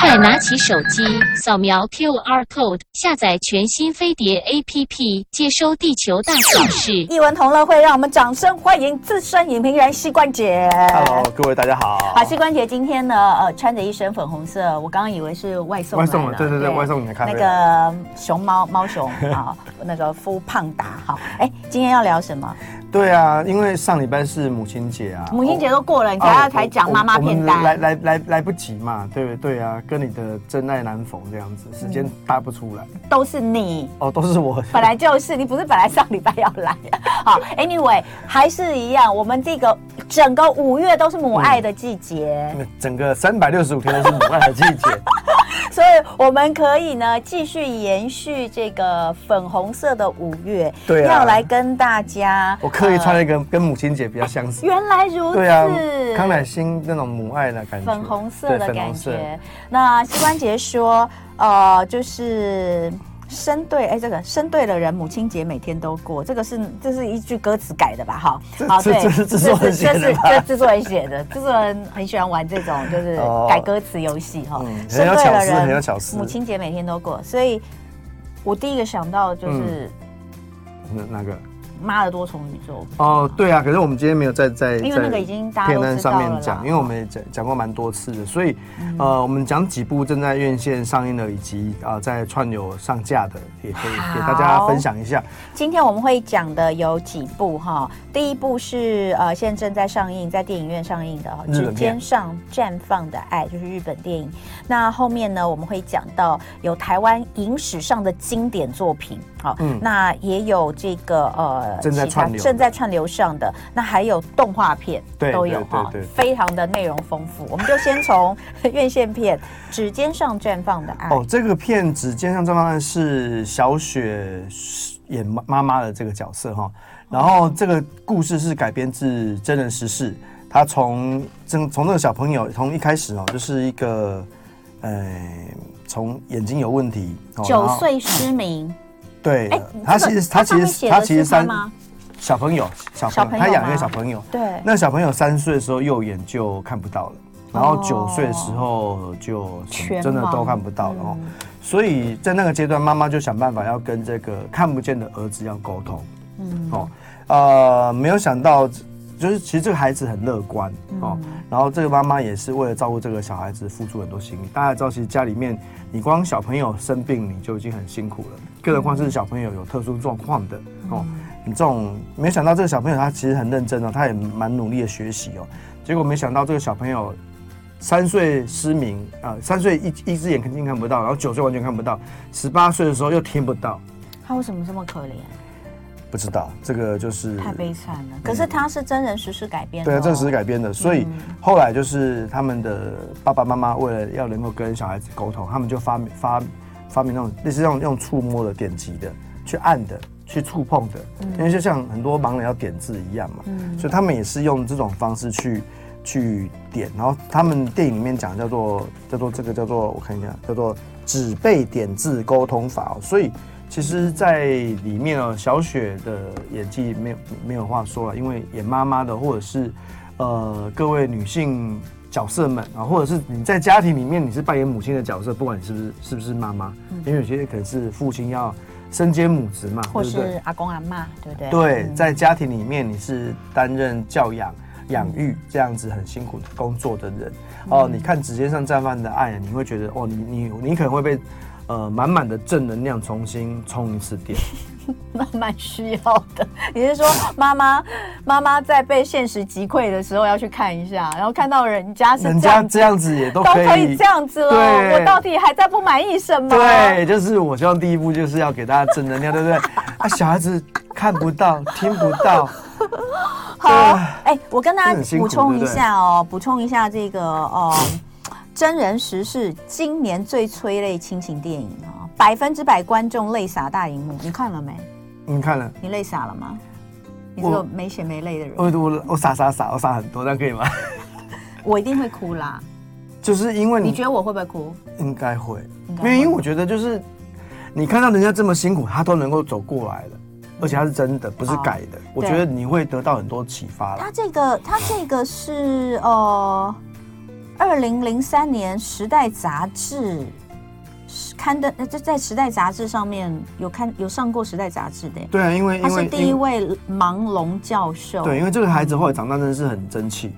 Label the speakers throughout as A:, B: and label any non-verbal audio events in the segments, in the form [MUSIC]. A: 快拿起手机，扫描 QR code，下载全新飞碟 APP，接收地球大小事。
B: 一文同乐会，让我们掌声欢迎资深影评人膝关节。
C: Hello，各位大家好。
B: 好，膝关节今天呢，呃，穿着一身粉红色，我刚刚以为是外送
C: 外
B: 来
C: 送
B: 了
C: 对对对，外送你的咖啡。
B: 那个熊猫猫
C: [LAUGHS]
B: 熊啊，那个夫胖达好，哎，今天要聊什么？
C: 对啊，因为上礼拜是母亲节啊，
B: 母亲节都过了，你
C: 哦
B: 才要才讲妈妈片
C: 我们来
B: 单，
C: 来来来不及嘛，对对啊，跟你的真爱难逢这样子，
B: 嗯
C: 时间搭不出来。
B: 都是你。
C: 哦，都是我。
B: 本来就是你不是本来上礼拜要来， [LAUGHS] 好，anyway 还是一样，我们这个整个五月都是母爱的季节，
C: 那整个三百六十五天都是母爱的季节，
B: [LAUGHS] 所以我们可以呢继续延续这个粉红色的五月，
C: 对啊
B: 要来跟大家，
C: 我刻意穿
B: 呃
C: 了一个跟母亲节比较相似。
B: 原来嗯如此，
C: 对啊，康乃馨那种母爱的感觉，
B: 粉红色
C: 对
B: 的
C: 粉
B: 感
C: 红色
B: 觉。那膝关节说，呃，就是生对，哎，这个生对了人，母亲节每天都过，这个是这是一句歌词改的吧？哈，好，
C: 这
B: 对，
C: 这是制作人写
B: 这
C: 的
B: 是
C: 吧
B: 这是制作人写的，制作人很喜欢玩这种就是
C: 哦
B: 改歌词游戏哈
C: 嗯，很
B: 生
C: 有
B: 对
C: 巧
B: 了
C: 思
B: 人，
C: 很有巧思
B: 母亲节每天都过，所以我第一个想到
C: 嗯
B: 就是
C: 那那个。
B: 妈的多重宇宙，
C: 哦，对啊，可是我们今天没有在在
B: 因为
C: 在
B: 那个已经大家
C: 片
B: 都
C: 单
B: 知道了
C: 上面
B: 啦嗯
C: 讲，因为我们也讲讲过蛮多次的，所以、呃，我们讲几部正在院线上映的，以及啊、呃在串流上架的，也可以给大家
B: 好
C: 分享一下。
B: 今天我们会讲的有几部哈，第一部是呃现在正在上映，在电影院上映的哈《指
C: 日本片
B: 尖上绽放的爱》，就是日本电影。那后面呢，我们会讲到有台湾影史上的经典作品，好、
C: 嗯
B: 那也有这个呃
C: 正在
B: 其他
C: 串流的
B: 正在串流上的，那还有动画片
C: 对
B: 都有
C: 对
B: 哈
C: 对对，
B: 非常的内容丰富。我们就先从 [LAUGHS] 院线片《指尖上绽放的爱》
C: 哦，这个片子《尖上这方案》是小雪演妈妈妈的这个角色哈，然后这个故事是改编自真人实事，她从从从那个小朋友从一开始哦，就是一个呃，从眼睛有问题，哦
B: 九
C: 然后
B: 岁失明，
C: 对
B: 哎，
C: 他
B: 这个
C: 哦其实他
B: 上
C: 其
B: 面
C: 实
B: 写的
C: 其实
B: 是他
C: 三
B: 吗
C: 小朋友小
B: 小
C: 朋
B: 朋
C: 友
B: 友
C: 他养一
B: 吗
C: 个小朋友，
B: 对。
C: 那小朋友三岁的时候右眼就看不到了，然后
B: 哦
C: 九岁的时候就什么
B: 全
C: 真的都
B: 盲
C: 看不到了哦。所以在那个阶段，妈妈就想办法要跟这个看不见的儿子要沟通。嗯，哦，呃，没有想到，就是其实这个孩子很乐观哦，然后这个妈妈也是为了照顾这个小孩子付出很多心力。大家知道，其实家里面你光小朋友生病你就已经很辛苦了，更何况是小朋友有特殊状况的哦。你这种没想到这个小朋友他其实很认真哦，他也蛮努力的学习哦，结果没想到这个小朋友三岁失明啊、三岁一一只眼肯定看不到，然后九岁完全看不到，十八岁的时候又听不到，
B: 他为什么这么可怜？
C: 不知道这个就是
B: 太悲惨了。可是他是真人实事改编的、
C: 对
B: 哦，
C: 啊，这是改编的，所
B: 嗯
C: 以后来就是他们的爸爸妈妈为了要能够跟小孩子沟通，他们就发明发发明那种类似用用触摸的、点击的、去按的、去触碰的，因为就像很多盲人要点字一样嘛，所以他们也是用这种方式去去点，然后他们电影里面讲叫做叫做这个叫做我看一下叫做指背点字沟通法、哦，所以。其实，在里面哦，小雪的演技没有没有话说了，因为演妈妈的，或者是呃各位女性角色们啊，或者是你在家庭里面你是扮演母亲的角色，不管你是不是是不是妈妈，
B: 嗯
C: 因为有些可能是父亲要身兼母职嘛，
B: 或
C: 对不对？
B: 是阿公阿妈，对不对？
C: 对，
B: 嗯
C: 在家庭里面你是担任教养、养
B: 嗯
C: 育这样子很辛苦的工作的人，哦，你看《指尖上绽放的爱》，你会觉得哦，你你你可能会被。呃，满满的正能量重新充一次电，
B: [LAUGHS] 慢慢需要的。 [LAUGHS] 你是说妈妈妈妈在被现实击溃的时候要去看一下，然后看到人家 [LAUGHS] 是
C: 人
B: 这
C: 家
B: 样子，
C: 这样子也都
B: 都
C: 可以，
B: 可以这样子了，
C: 对
B: 我到底还在不满意什么？
C: 对，就是我希望第一步就是要给大家正能量，对不对？啊，小孩子看不到、听不到，
B: 好，哎、我跟大
C: 这很
B: 家
C: 辛苦
B: 补充一
C: 对不对
B: 下哦，补充一下这个哦，真人实事今年最催泪亲情电影啊、哦，百分之百观众泪洒大荧幕，你看了没？
C: 你看了，
B: 你泪洒了吗？你这
C: 我
B: 个没血没泪的人，我
C: 我我我傻傻傻，我傻很多，这样可以吗？ [LAUGHS]
B: 一定会哭啦。
C: 就是因为
B: 你
C: 你
B: 觉得我会不会哭？
C: 应该会，
B: 应该
C: 没
B: 会
C: 有，因为我觉得就是你看到人家这么辛苦，他都能够走过来了，而且他是真的，不是
B: 哦
C: 改的。我
B: 对
C: 觉得你会得到很多启发了。
B: 他这个，他这个是呃，二零零三年《时代》杂志是刊登，呃这在《时代》杂志上面有看有上过《时代》杂志的，
C: 对啊，因为
B: 他
C: 因
B: 是
C: 为
B: 第一
C: 因为
B: 位盲聋教授。
C: 对，因为这个孩子后来长大真的是很争气，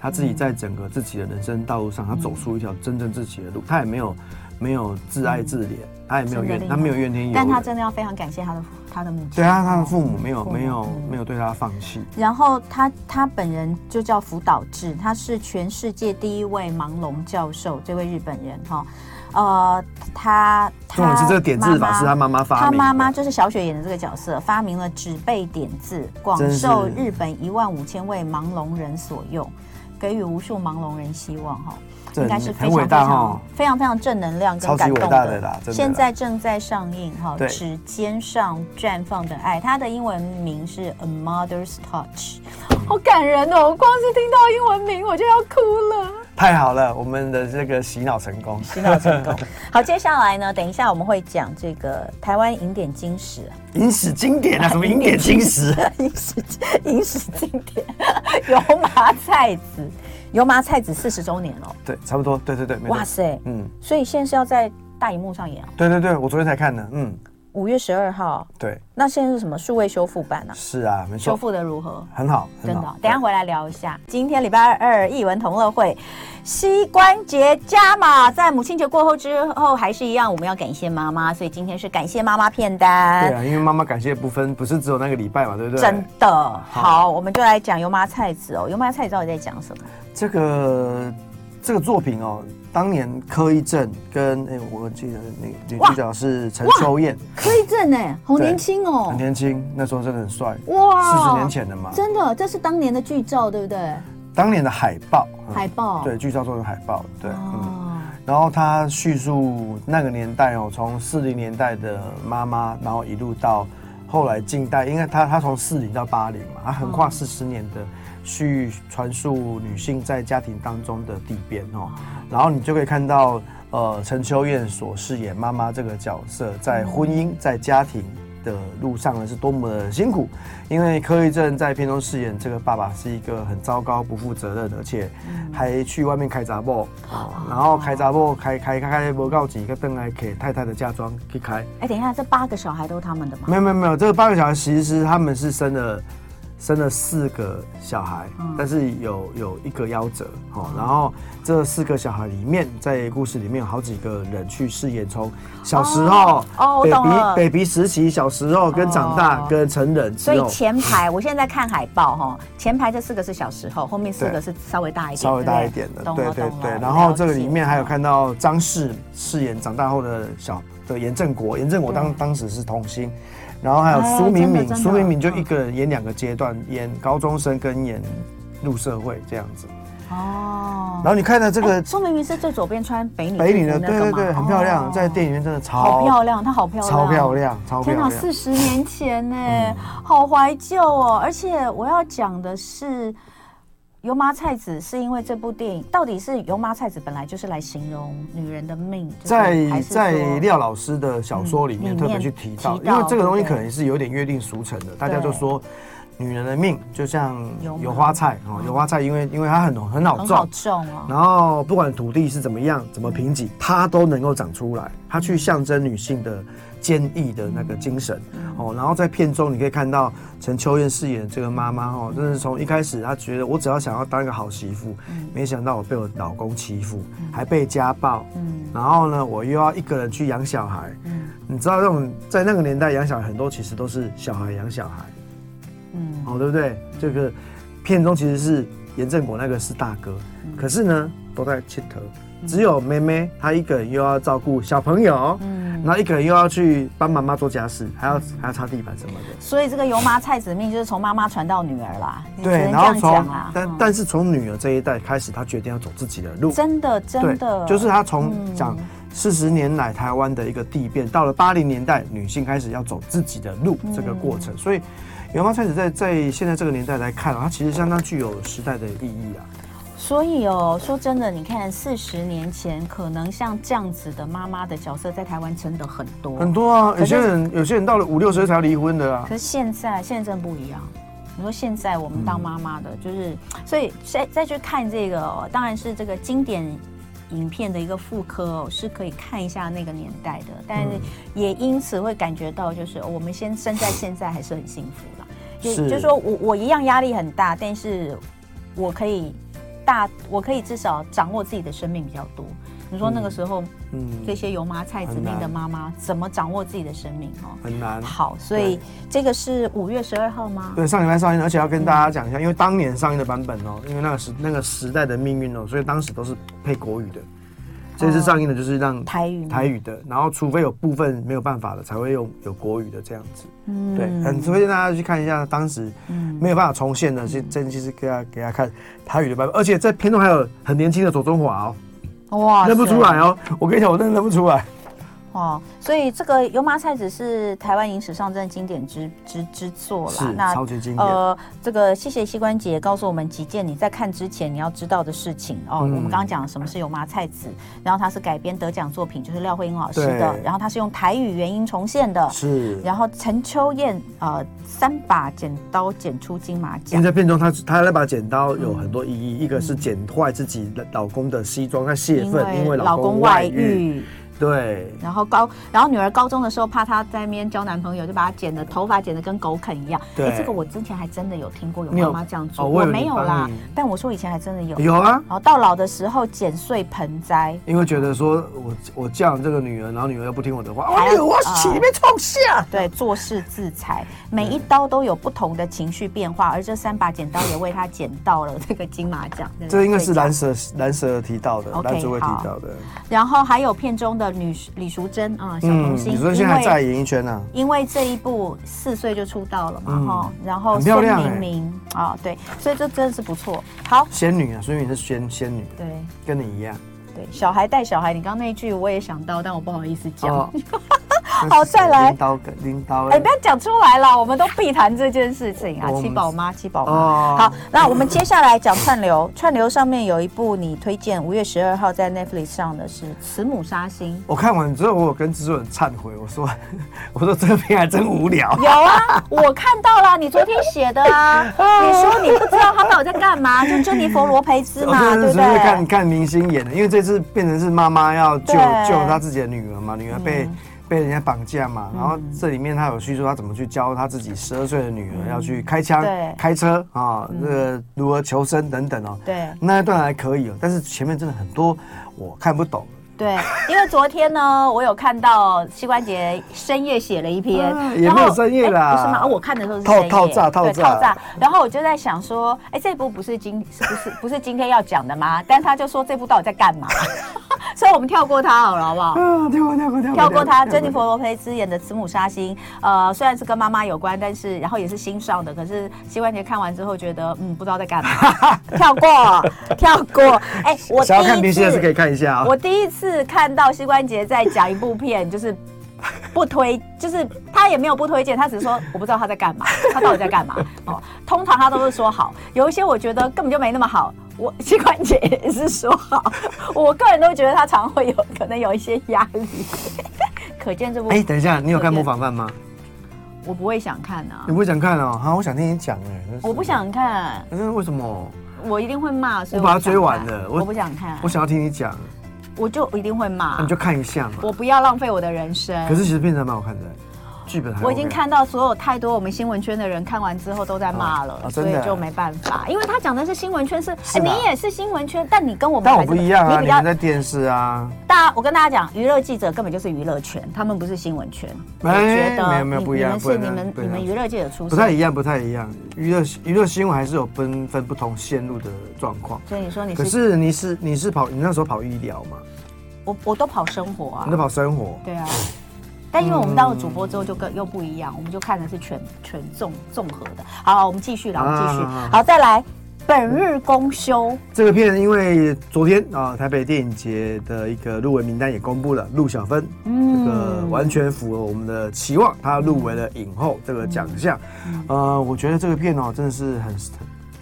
C: 他自己在整个自己的人生道路上，他走出一条真正自己的路，他也没有没有自爱自怜，他也没有
B: 真的厉害
C: 怨，他没有怨天尤人，
B: 但他真的要非常感谢他的他的母亲，
C: 对啊，他的父母没有
B: 父母
C: 没有
B: 嗯
C: 没有对他放弃，
B: 然后他他本人就叫福岛智，他是全世界第一位盲聋教授，这位日本人哈、呃，他
C: 重点
B: 他
C: 是这个点字法是他妈妈发
B: 他
C: 明的，
B: 妈妈就是小雪演的这个角色，发明了纸背点字，广
C: 真是
B: 受日本一万五千位盲聋人所用，给予无数盲聋人希望哈。
C: 这
B: 应该是非
C: 很
B: 常
C: 伟
B: 非
C: 大
B: 常、
C: 哈。
B: 非常非常正能量
C: 超
B: 跟感
C: 级
B: 动
C: 伟大的啦真的啦
B: 现在正在上映哈，
C: 对
B: 指尖上绽放的爱，它的英文名是《A Mother's Touch》，好 [LAUGHS] 感人哦！我光是听到英文名我就要哭了。
C: 太好了，我们的这个洗脑成功，洗脑成功，
B: 好，接下来呢，等一下我们会讲这个台湾影典金石，
C: 影史经典啊，什么影典金石？
B: [LAUGHS] 影史影史经典， [LAUGHS] 油麻菜籽，油麻菜籽四十周年哦，
C: 对，差不多，对对对，没错
B: 哇，塞！
C: 嗯，
B: 所以现在是要在大荧幕上演啊，
C: 对对对，我昨天才看的，嗯，
B: 五月十二号。
C: 对，
B: 那现在是什么数位修复版啊？
C: 是啊，没
B: 修
C: 错，
B: 复的如何？
C: 很好，
B: 真
C: 很
B: 的
C: 好
B: 哦，等一下回来聊一下。今天礼拜二艺文同乐会，膝关节加码，在母亲节过后之后还是一样，我们要感谢妈妈，所以今天是感谢妈妈片单。
C: 对啊，因为妈妈感谢不分，不是只有那个礼拜嘛，对不啊对？
B: 真的好，我们就来讲油麻菜籽哦。油麻菜籽到底在讲什么？
C: 这个这个作品哦，当年柯一正跟哎、我记得那个女主角是陈秋燕，
B: 柯以正哎，好
C: 对
B: 年轻哦
C: 很，年轻，那时候真的很帅，
B: 哇
C: 四十年前的嘛，
B: 真的，这是当年的剧照，对不对？
C: 当年的海报，嗯
B: 海报，
C: 对，剧照做成海报，对，嗯。
B: 哦，
C: 然后他叙述那个年代哦，从四零年代的妈妈，然后一路到后来近代，因为他他从四零到八零嘛，他横跨四十年的去传述女性在家庭当中的地边哦。然后你就可以看到，呃，陈秋燕所饰演妈妈这个角色，在婚姻、在家庭的路上呢，是多么的辛苦。因为柯一正在片中饰演这个爸爸是一个很糟糕、不负责任，而且还去外面开杂报、哦，然后开杂报开开开开不告急，个邓来给太太的嫁妆去开。
B: 哎，等一下，这八个小孩都是他们的吗？
C: 没有没有没有，这个八个小孩其实是他们是生了生了四个小孩，
B: 嗯
C: 但是有有一个夭折哦。然后这四个小孩里面，在故事里面有好几个人去饰演，从小时候、
B: 哦我懂了
C: baby baby 时期、小时候跟长大、
B: 哦
C: 跟成人之
B: 所以
C: 后，
B: 前排，我现在在看海报哈，前排这四个是小时候，后面四个是稍微大一点，
C: 稍微大
B: 对
C: 一
B: 不对
C: 点的，
B: 懂
C: 对
B: 了
C: 对
B: 懂了
C: 对。然后这个
B: 了解
C: 里面还有看到张氏饰演长大后的小的严正国，严正国当当时是童星，然后还有
B: 哎
C: 苏明
B: 真的真
C: 敏，
B: 的嗯
C: 苏明敏就一个人演两个阶段，演高中生跟演入社会这样子。
B: 哦哎
C: 然。后你看到这个
B: 宋明明是最左边穿北女
C: 北领
B: 制
C: 的，
B: 服那
C: 对
B: 个
C: 对
B: 嘛
C: 对，很漂亮，
B: 哦
C: 在电影院真的
B: 好
C: 超
B: 漂亮，她好漂亮，
C: 超漂。亮，超漂
B: 天哪，
C: 亮。嗯
B: 四十年前呢、好怀旧哦！而且我要讲的是，油麻菜籽是因为这部电影，到底是油麻菜籽本来就是来形容女人的命，就是
C: 在
B: 还是
C: 在
B: 说
C: 廖老师的小说里面
B: 嗯
C: 特
B: 里
C: 别
B: 面
C: 去提到，
B: 提到
C: 因为这个东西
B: 对
C: 可能是有点约定俗成的，大家
B: 对
C: 就说。女人的命就像
B: 油麻
C: 油花菜哦，油花菜因为因为它很很好
B: 很
C: 种
B: 好，重哦。
C: 然后不管土地是怎么样怎么贫瘠，它都能够长出来，它去象征女性的坚毅的那个精神哦。然后在片中你可以看到陈秋燕饰演这个妈妈哦，真的是从一开始她觉得我只要想要当一个好媳妇，没想到我被我老公欺负，还被家暴，然后呢我又要一个人去养小孩，你知道那种在那个年代养小孩很多其实都是小孩养小孩，
B: 嗯，
C: 哦，对不对？这个片中其实是严正国那个是大哥，
B: 嗯
C: 可是呢都在切头，只有妹妹她一个人又要照顾小朋友，嗯，然后一个人又要去帮妈妈做家事，
B: 嗯
C: 还要还要擦地板什么的。
B: 所以这个油麻菜籽命就是从妈妈传到女儿啦，你只
C: 对，
B: 能
C: 然后
B: 这样
C: 从
B: 讲啦。
C: 但
B: 嗯
C: 但是从女儿这一代开始，她决定要走自己的路，
B: 真的
C: 对
B: 真的，
C: 就是她从
B: 嗯
C: 讲四十年来台湾的一个地变，到了八零年代，女性开始要走自己的路
B: 嗯
C: 这个过程，所以。原妈开始在在现在这个年代来看、啊，它其实相当具有时代的意义啊。
B: 所以哦，说真的，你看四十年前，可能像这样子的妈妈的角色，在台湾真的很多
C: 很。多啊，有
B: 哦可是
C: 些人有些人到了五六十岁才离婚的啊
B: 可。是现在，现在真的不一样。你说现在我们当妈妈
C: 嗯
B: 的，就是所以再再去看这个、哦，当然是这个经典影片的一个复刻哦，是可以看一下那个年代的，但是
C: 嗯
B: 也因此会感觉到，就是、哦我们先生在现在还是很幸福啦。就是就是说我我一样压力很大，但是我可以大，我可以至少掌握自己的生命比较多。你说那个时候，
C: 嗯，
B: 这些油麻菜籽命的妈妈怎么掌握自己的生命？哦，
C: 很难。
B: 好，所以这个是五月十二号吗？
C: 对，上礼拜上映，而且要跟大家讲一下，因为当年上映的版本哦，因为那个时那个时代的命运哦，所以当时都是配国语的。这
B: 哦
C: 次上映的就是让
B: 台语吗
C: 台语的，然后除非有部分没有办法的，才会用有国语的这样子。
B: 嗯
C: 对，很推荐大家去看一下当时没有办法重现的，是真的是给大家给大家看台语的版本，而且在片中还有很年轻的左中华哦，
B: 哇
C: 认不出来
B: 哦。
C: 哦，我跟你讲，我真的认不出来。
B: 哦，所以这个油麻菜籽是台湾影史上真的经典之之之作
C: 是
B: 啦。那
C: 超级经典
B: 呃，这个谢谢膝关节告诉我们几件你在看之前你要知道的事情哦。
C: 嗯
B: 我们刚刚讲什么是油麻菜籽，然后它是改编得奖作品，就是廖慧英老师的
C: 对，
B: 然后它是用台语原音重现的。
C: 是，
B: 然后陈秋燕呃三把剪刀剪出金马
C: 因为
B: 奖，
C: 在片中他，他那把剪刀有很多意义，一个是剪坏自己的老公的西装，他泄愤，因为老公外遇，。对，
B: 然后高，然后女儿高中的时候怕她在那边交男朋友，就把她剪的头发剪得跟狗啃一样。
C: 对
B: 诶这个我之前还真的有听过有
C: 你有
B: 妈妈这样做，
C: 哦我
B: 我
C: 以为
B: 没有
C: 你
B: 啦
C: 帮你。
B: 但我说以前还真的有。
C: 有啊，
B: 然后到老的时候剪碎盆栽，
C: 因为觉得说我我教养这个女儿，然后女儿又不听我的话，
B: 还
C: 哎
B: 要
C: 呦，我起
B: 呃
C: 里面冲下，
B: 对，做事自裁，每一刀都有不同的情绪变化，而这三把剪刀也为她剪到了这个金马奖。对不对
C: 这应该是
B: 最佳
C: 蓝蛇蓝蛇提到的，
B: OK，
C: 蓝主会提到的，
B: 然后还有片中的女李淑珍啊、小红心，
C: 嗯你说现
B: 因
C: 在
B: 为
C: 在演艺圈啊，
B: 因为这一部四岁就出道了嘛，
C: 嗯
B: 哈、然后
C: 很漂
B: 孙
C: 亮欸
B: 明明啊、对，所以这真的是不错。好，
C: 仙女啊，所以你是仙仙女，
B: 对
C: 跟你一样，
B: 对，小孩带小孩，你刚刚那一句我也想到，但我不好意思讲。
C: 哦，
B: [LAUGHS] 好再来
C: 拎刀跟拎刀，
B: 哎、不要讲出来了，我们都避谈这件事情啊
C: 我，们
B: 七宝妈，七宝妈。
C: 哦
B: 好，那我们接下来讲串流，串流上面有一部你推荐，五月十二号在 Netflix 上的是《慈母杀心》。
C: 我看完之后，我有跟制作人忏悔，我说我说这片还真无聊，
B: 有啊，我看到啦，你昨天写的
C: [LAUGHS]
B: 啊，你说你不知道他到底在干嘛，就珍妮佛罗培兹
C: 我
B: 嘛，
C: 真
B: 对
C: 的
B: 不
C: 哦是会看
B: 对？
C: 看明星演的，因为这次变成是妈妈要救
B: 对嗯
C: 救她自己的女儿嘛，女儿被、被人家绑架嘛，然后这里面她有叙述她怎么去教她自己十二岁的女儿要去开
B: 嗯
C: 枪、
B: 对嗯
C: 开车啊，这个如何求生等等哦。
B: 对
C: 那一段还可以哦，但是前面真的很多我看不懂。
B: 对，因为昨天呢，我有看到膝关节深夜写了一篇
C: 啊，也
B: 然后
C: 没有深夜啦
B: 哎不是吗？哦我看的时候是深夜
C: 套套炸套炸
B: 对套炸。然后我就在想说，哎，这部不是今不是不是今天要讲的吗？但他就说这部到底在
C: [LAUGHS]
B: 干嘛？所以我们跳过它好了，好不好？
C: 啊，跳过跳过跳过
B: 跳过他，
C: 跳
B: 珍妮佛罗培兹演的《慈母杀心》，呃，虽然是跟妈妈有关，但是然后也是新上的，可是膝关节看完之后觉得，嗯，不知道在干嘛，
C: [LAUGHS]
B: 跳过，跳过。哎、我
C: 想要看
B: 第一
C: 明星的是可以
B: 次，
C: 看一下啊、
B: 我第一次看到膝关节在讲一部片，就是。 [LAUGHS] 不推，就是他也没有不推荐，他只是说我不知道他在干嘛， [LAUGHS] 他到底在干嘛哦。通常他都是说好，有一些我觉得根本就没那么好。我膝关节也是说好， [LAUGHS] 我个人都觉得他常会有可能有一些压力， [LAUGHS] 可见这部
C: 哎、等一下，你有看《
B: 我觉得
C: 模仿犯》吗？
B: 我不会想看啊
C: 你，不想看哦？好、我想听你讲哎、真是
B: 我不。想看，
C: 但是为什么？
B: 我一定会骂，所以
C: 我把它
B: 不想
C: 追完
B: 看
C: 了我
B: 我不想看
C: 我，想要听你讲，
B: 我就一定会
C: 那
B: 骂
C: 你，就看一下嘛。
B: 我不要浪费我的人生。
C: 可是其实片子还蛮好看的，剧本还
B: 我已经
C: 啊 OK
B: 看到所有太多我们新闻圈的人看完之后都在骂了，
C: 啊啊
B: 所
C: 真
B: 以
C: 的
B: 就没办法，因为他讲的是新闻圈是，
C: 是
B: 哎
C: 啦
B: 你也是新闻圈，但你跟我们
C: 但我
B: 还是
C: 不一样啊，
B: 你比
C: 你
B: 较
C: 们在电视啊，
B: 大，我跟大家讲，娱乐记者根本就是娱乐圈，他们不是新闻圈。
C: 哎
B: 我觉得
C: 没有没有
B: 你
C: 不一样
B: 你们
C: 不一
B: 是你
C: 样
B: 们
C: 不一
B: 你
C: 样
B: 们娱乐界的出
C: 不太
B: 身，
C: 一样，不太一样。娱乐娱乐新闻还是有分分不同线路的状况。
B: 所以你说你
C: 可
B: 是
C: 是你是你是跑你那时候跑医疗嘛，
B: 我我都跑生活啊
C: 你，在跑生活，
B: 对啊。但因为我们当了主播之后就更又不一样，我们就看的是全全综综合的。好，我们继续啦，我们继续
C: 嗯啊。
B: 好，再来，本日公休。
C: 这个片因为昨天啊、台北电影节的一个入围名单也公布了，陆小芬、这个完全符合我们的期望，她入围了影后这个奖项。呃，我觉得这个片哦真的是很，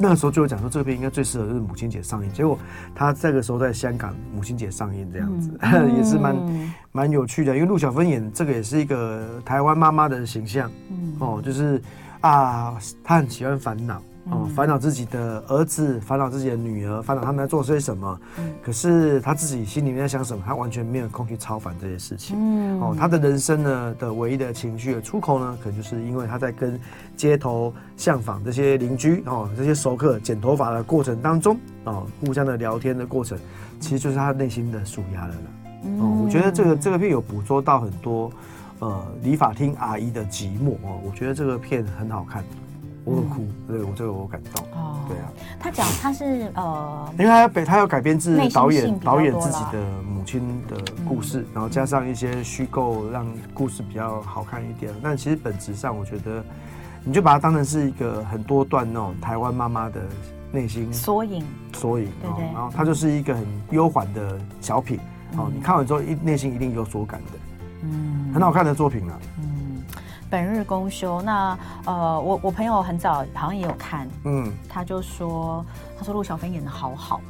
C: 那时候就有讲说这个片应该最适合就是母亲节上映，结果她这个时候在香港母亲节上映这样子， [LAUGHS] 也是蛮
B: 嗯
C: 蛮有趣的。因为陆小芬演这个也是一个台湾妈妈的形象，哦，就是啊，他很喜欢烦恼。哦，烦恼自己的儿子，烦恼自己的女儿，烦恼他们在做些什么。可是他自己心里面在想什么，他完全没有空去操烦这些事情。
B: 嗯
C: 哦，他的人生呢的唯一的情绪的出口呢，可能就是因为他在跟街头巷坊这些邻居哦，这些熟客剪头发的过程当中，哦，互相的聊天的过程，其实就是他内心的舒压了啦。哦，我觉得这
B: 嗯
C: 个这个片有捕捉到很多，呃，理发厅阿姨的寂寞哦，我觉得这个片很好看，我有哭，对我这个我有感动，
B: 嗯哦
C: 对啊，
B: 他讲他是呃
C: 因为他要被他要改编自
B: 内心
C: 导
B: 性
C: 演
B: 比较多
C: 导
B: 啦嗯
C: 演自己的母亲的故事，然后加上一些虚构，让故事比较好看一点。但其实本质上，我觉得你就把它当成是一个很多段那种台湾妈妈的内心
B: 缩影，
C: 缩影
B: 对
C: 哦
B: 对，
C: 然后它就是一个很悠缓的小品哦，你看完之后一内心一定有所感的，
B: 嗯
C: 很好看的作品啊。
B: 嗯，本日公休。那呃，我我朋友很早好像也有看，
C: 嗯
B: 他就说他说陆小芬演的好好，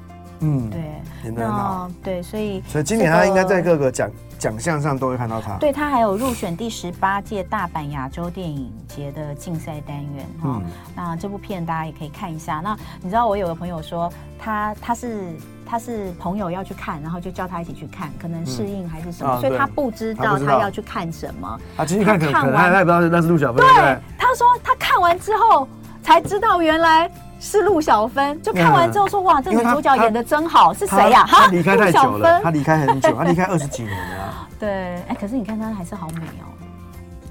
C: 嗯，
B: 对，
C: 演得很好
B: 那。对，所以
C: 所以今年他应该在
B: 这个
C: 各个奖奖项上都会看到他。
B: 对他还有入选第十八届大阪亚洲电影节的竞赛单元哈、
C: 嗯
B: 那这部片大家也可以看一下。那你知道我有个朋友说，他他是他是朋友要去看，然后就叫他一起去看，可能适应还是什么，
C: 嗯啊
B: 所以他
C: 对
B: 不知
C: 他
B: 道
C: 不知道
B: 他要去看什么。
C: 啊，其实看可能
B: 他看
C: 可能
B: 完
C: 他也不知道那是陆小芬，对不对？
B: 他说他看完之后才知道原来。是陆小芬，就看完之后说、哇，这
C: 嗯
B: 女
C: 因为他
B: 主角
C: 他
B: 演的真好，是
C: 他
B: 谁呀、
C: 他
B: 哈，
C: 离开太
B: 陆小
C: 久了，
B: 芬
C: 他离开很久，他离开二十几年了啊。
B: 对，哎、可是你看她还是好美哦，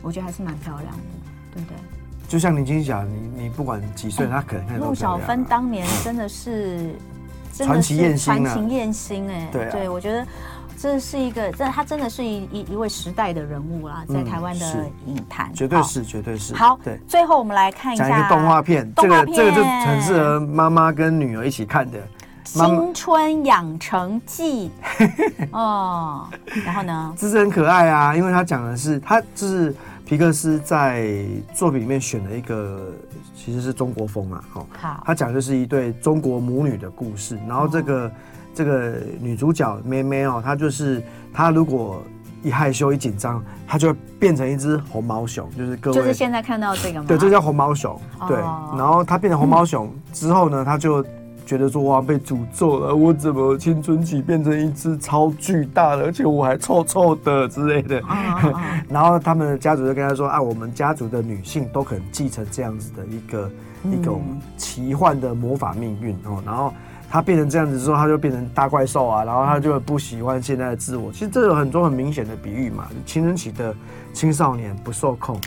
B: 我觉得还是蛮漂亮的，对不对？
C: 就像林青霞，你你不管几岁，他可能看
B: 陆小芬
C: 啊
B: 当年真的是，真
C: 传
B: 的
C: 奇
B: 是
C: 艳星啊
B: 传奇艳星哎，
C: 对啊
B: 我觉得这是一个，这他真的是一一一位时代的人物啦，在
C: 嗯
B: 台湾的
C: 是
B: 影坛，
C: 绝对
B: 好。
C: 是，绝对是。
B: 好，
C: 对，
B: 最后我们来看一
C: 讲一
B: 下
C: 个动画片，这
B: 动画
C: 个
B: 片
C: 这个就很适合妈妈跟女儿一起看的。
B: 《
C: 妈妈
B: 青春养成 [LAUGHS] 记》哦，然后呢？
C: 这是很可爱啊，因为他讲的是他就是皮克斯在作品里面选了一个其实是中国风啊，哦，
B: 好， [LAUGHS]
C: 他讲的就是一对中国母女的故事，然后这个、这个女主角妹妹哦，她就是她如果一害羞一紧张，她就会变成一只红毛熊，就是各
B: 就是
C: 位。
B: 现在看到这个吗？啊
C: 对，这叫红毛熊。对，
B: 嗯哦
C: 然后她变成红毛熊之后呢，她就觉得说哇，被诅咒了，我怎么青春期变成一只超巨大的，而且我还臭臭的之类的。
B: 啊啊 [LAUGHS] 啊
C: 然后他们的家族就跟他说啊，我们家族的女性都可能继承这样子的一个、一种奇幻的魔法命运哦。然后他变成这样子之后，他就变成大怪兽啊，然后他就不喜欢现在的自我。其实这有很多很明显的比喻嘛，青春期的青少年不受控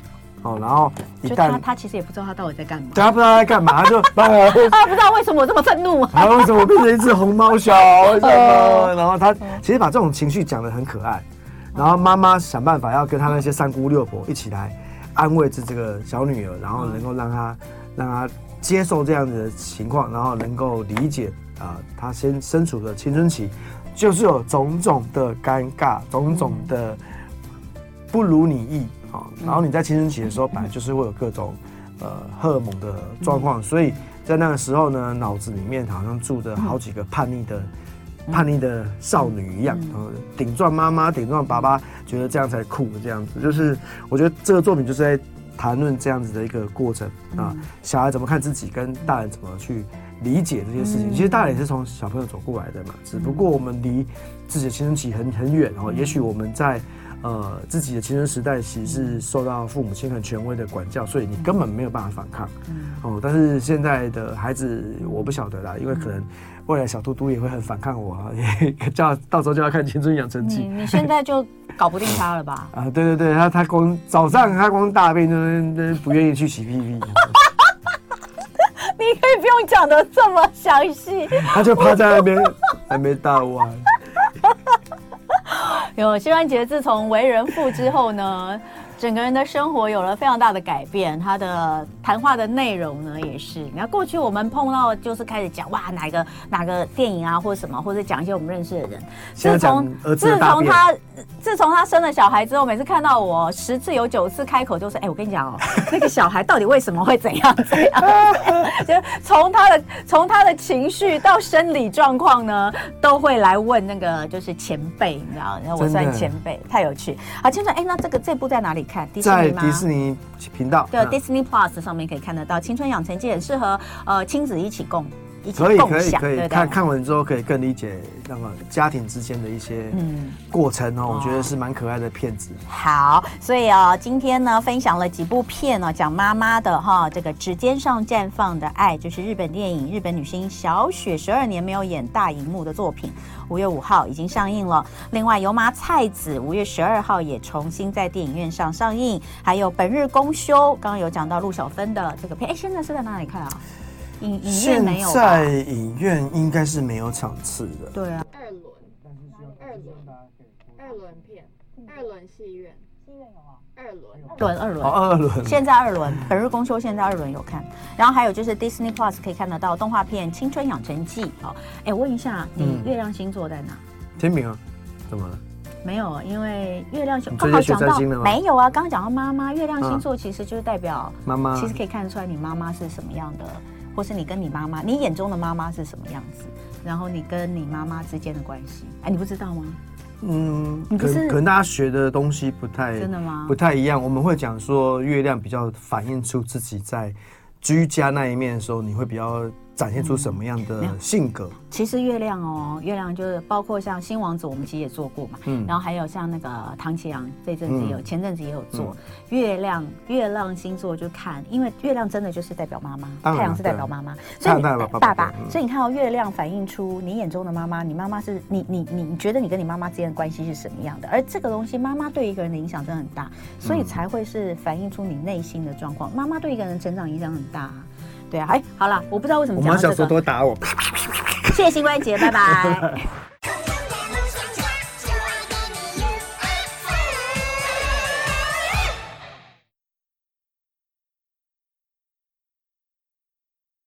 C: 哦，然后一
B: 就
C: 旦
B: 他他其实也不知道他到底在干嘛，
C: 对他不知道他在干嘛，他就 [LAUGHS] 啊我
B: 啊，不知道为什么我这么愤怒啊。
C: 然后为什么变成一只红毛小？为什么？然后他其实把这种情绪讲得很可爱，然后妈妈想办法要跟她那些三姑六婆一起来安慰这这个小女儿，然后能够让她让她接受这样子的情况，然后能够理解啊、她先身处的青春期就是有种种的尴尬，种种的不如你意啊、然后你在青春期的时候，本来就是会有各种呃荷尔蒙的状况，所以在那个时候呢，脑子里面好像住着好几个叛逆的。叛逆的少女一样，然后顶撞妈妈，顶撞爸爸，觉得这样才酷，这样子就是我觉得这个作品就是在谈论这样子的一个过程啊，小孩怎么看自己，跟大人怎么去理解这些事情。其实大人也是从小朋友走过来的嘛，只不过我们离自己的青春期很很远哦，也许我们在。呃，自己的青春时代其实是受到父母亲很权威的管教，所以你根本没有办法反抗。
B: 嗯
C: 哦，但是现在的孩子我不晓得啦，因为可能未来小嘟嘟也会很反抗我啊，也叫到时候就要看《青春养成记
B: 你》你现在就搞不定他了吧？
C: 啊。对对对，他他光早上他光大便就是不愿意去洗屁屁，
B: [LAUGHS]
C: [LAUGHS]
B: 你可以不用讲的这么详细。
C: 他就趴在那边还没
B: [LAUGHS]
C: 大完。
B: 有膝关节自从为人父之后呢，整个人的生活有了非常大的改变，他的谈话的内容呢也是。你看过去我们碰到就是开始讲哇哪个哪个电影啊或者什么，或者讲一些我们认识的人。
C: 现在讲儿子
B: 自
C: 的大
B: 从
C: 便，
B: 他自从他生了小孩之后，每次看到我十次有九次开口都是哎、我跟你
C: [LAUGHS]
B: 讲哦，那个小孩到底为什么会怎样 [LAUGHS] 怎样？就是从他的从他的情绪到生理状况呢，都会来问那个就是前辈，你知道？然后我
C: 真的
B: 算前辈，太有趣。好，青春，哎、那这个这部在哪里看？迪士尼
C: 在
B: 吗？
C: 迪士尼频道，
B: 对
C: 嗯
B: ，Disney Plus 上面可以看得到。青春养成记很适合呃亲子一起共一起
C: 可以
B: 共
C: 可以
B: 享，
C: 可
B: 对不
C: 以，
B: 对？
C: 看看完之后可以更理解那个家庭之间的一些
B: 嗯
C: 过程哦，我觉得是蛮可爱的片子。
B: 好，所以哦，今天呢分享了几部片哦，讲妈妈的哈、这个指尖上绽放的爱，就是日本电影，日本女星小雪十二年没有演大荧幕的作品，五月五号已经上映了。另外，油麻菜子五月十二号也重新在电影院上上映，还有本日公休，刚刚有讲到陆小芬的这个片，哎，现在是在哪里看啊？影影院
C: 现
B: 没有吧
C: 在？影院应该是没有场次的，
B: 对啊，
D: 二轮，二轮，二轮片，二轮戏院，戏院有啊，二轮，
B: 轮二轮
C: 哦，。二轮
B: 现在二轮，本日公休现在二轮有看，然后还有就是 Disney Plus 可以看得到动画片《青春养成记》哦。哎，问一下，你
C: 嗯
B: 月亮星座在哪？
C: 天明啊，怎么了？
B: 没有，因为月亮星
C: 你
B: 刚
C: 最
B: 好
C: 近学
B: 讲到
C: 占星了吗
B: 没有啊，刚刚讲到妈妈，月亮星座其实就是代表，
C: 妈妈，
B: 其实可以看得出来你妈妈是什么样的，或是你跟你妈妈，你眼中的妈妈是什么样子，然后你跟你妈妈之间的关系，哎，你不知道吗？
C: 嗯，
B: 你不
C: 可
B: 是
C: 能可能大家学的东西不太
B: 真的吗
C: 不？太一样。我们会讲说，月亮比较反映出自己在居家那一面的时候，你会比较展现出什么样
B: 嗯没有
C: 的性格？
B: 其实月亮哦，月亮就是包括像新王子，我们其实也做过嘛，
C: 嗯
B: 然后还有像那个唐奇阳，这阵子也有，
C: 嗯
B: 前阵子也有做、月亮，月亮星座就看，因为月亮真的就是代表妈妈，
C: 当然
B: 太阳是代
C: 对
B: 表妈妈，
C: 太阳
B: 你
C: 代表
B: 爸
C: 爸爸
B: 爸，
C: 嗯
B: 所以你看到月亮反映出你眼中的妈妈，你妈妈是你你你你觉得你跟你妈妈之间的关系是什么样的？而这个东西，妈妈对一个人的影响真的很大，所以才会是反映出你内心的状况。妈妈对一个人的成长影响很大、啊。对啊，哎，好了，我不知道为什么
C: 我
B: 讲
C: 妈
B: 到这
C: 小
B: 个。
C: 时候都会打我，
B: 谢谢膝关节，拜拜。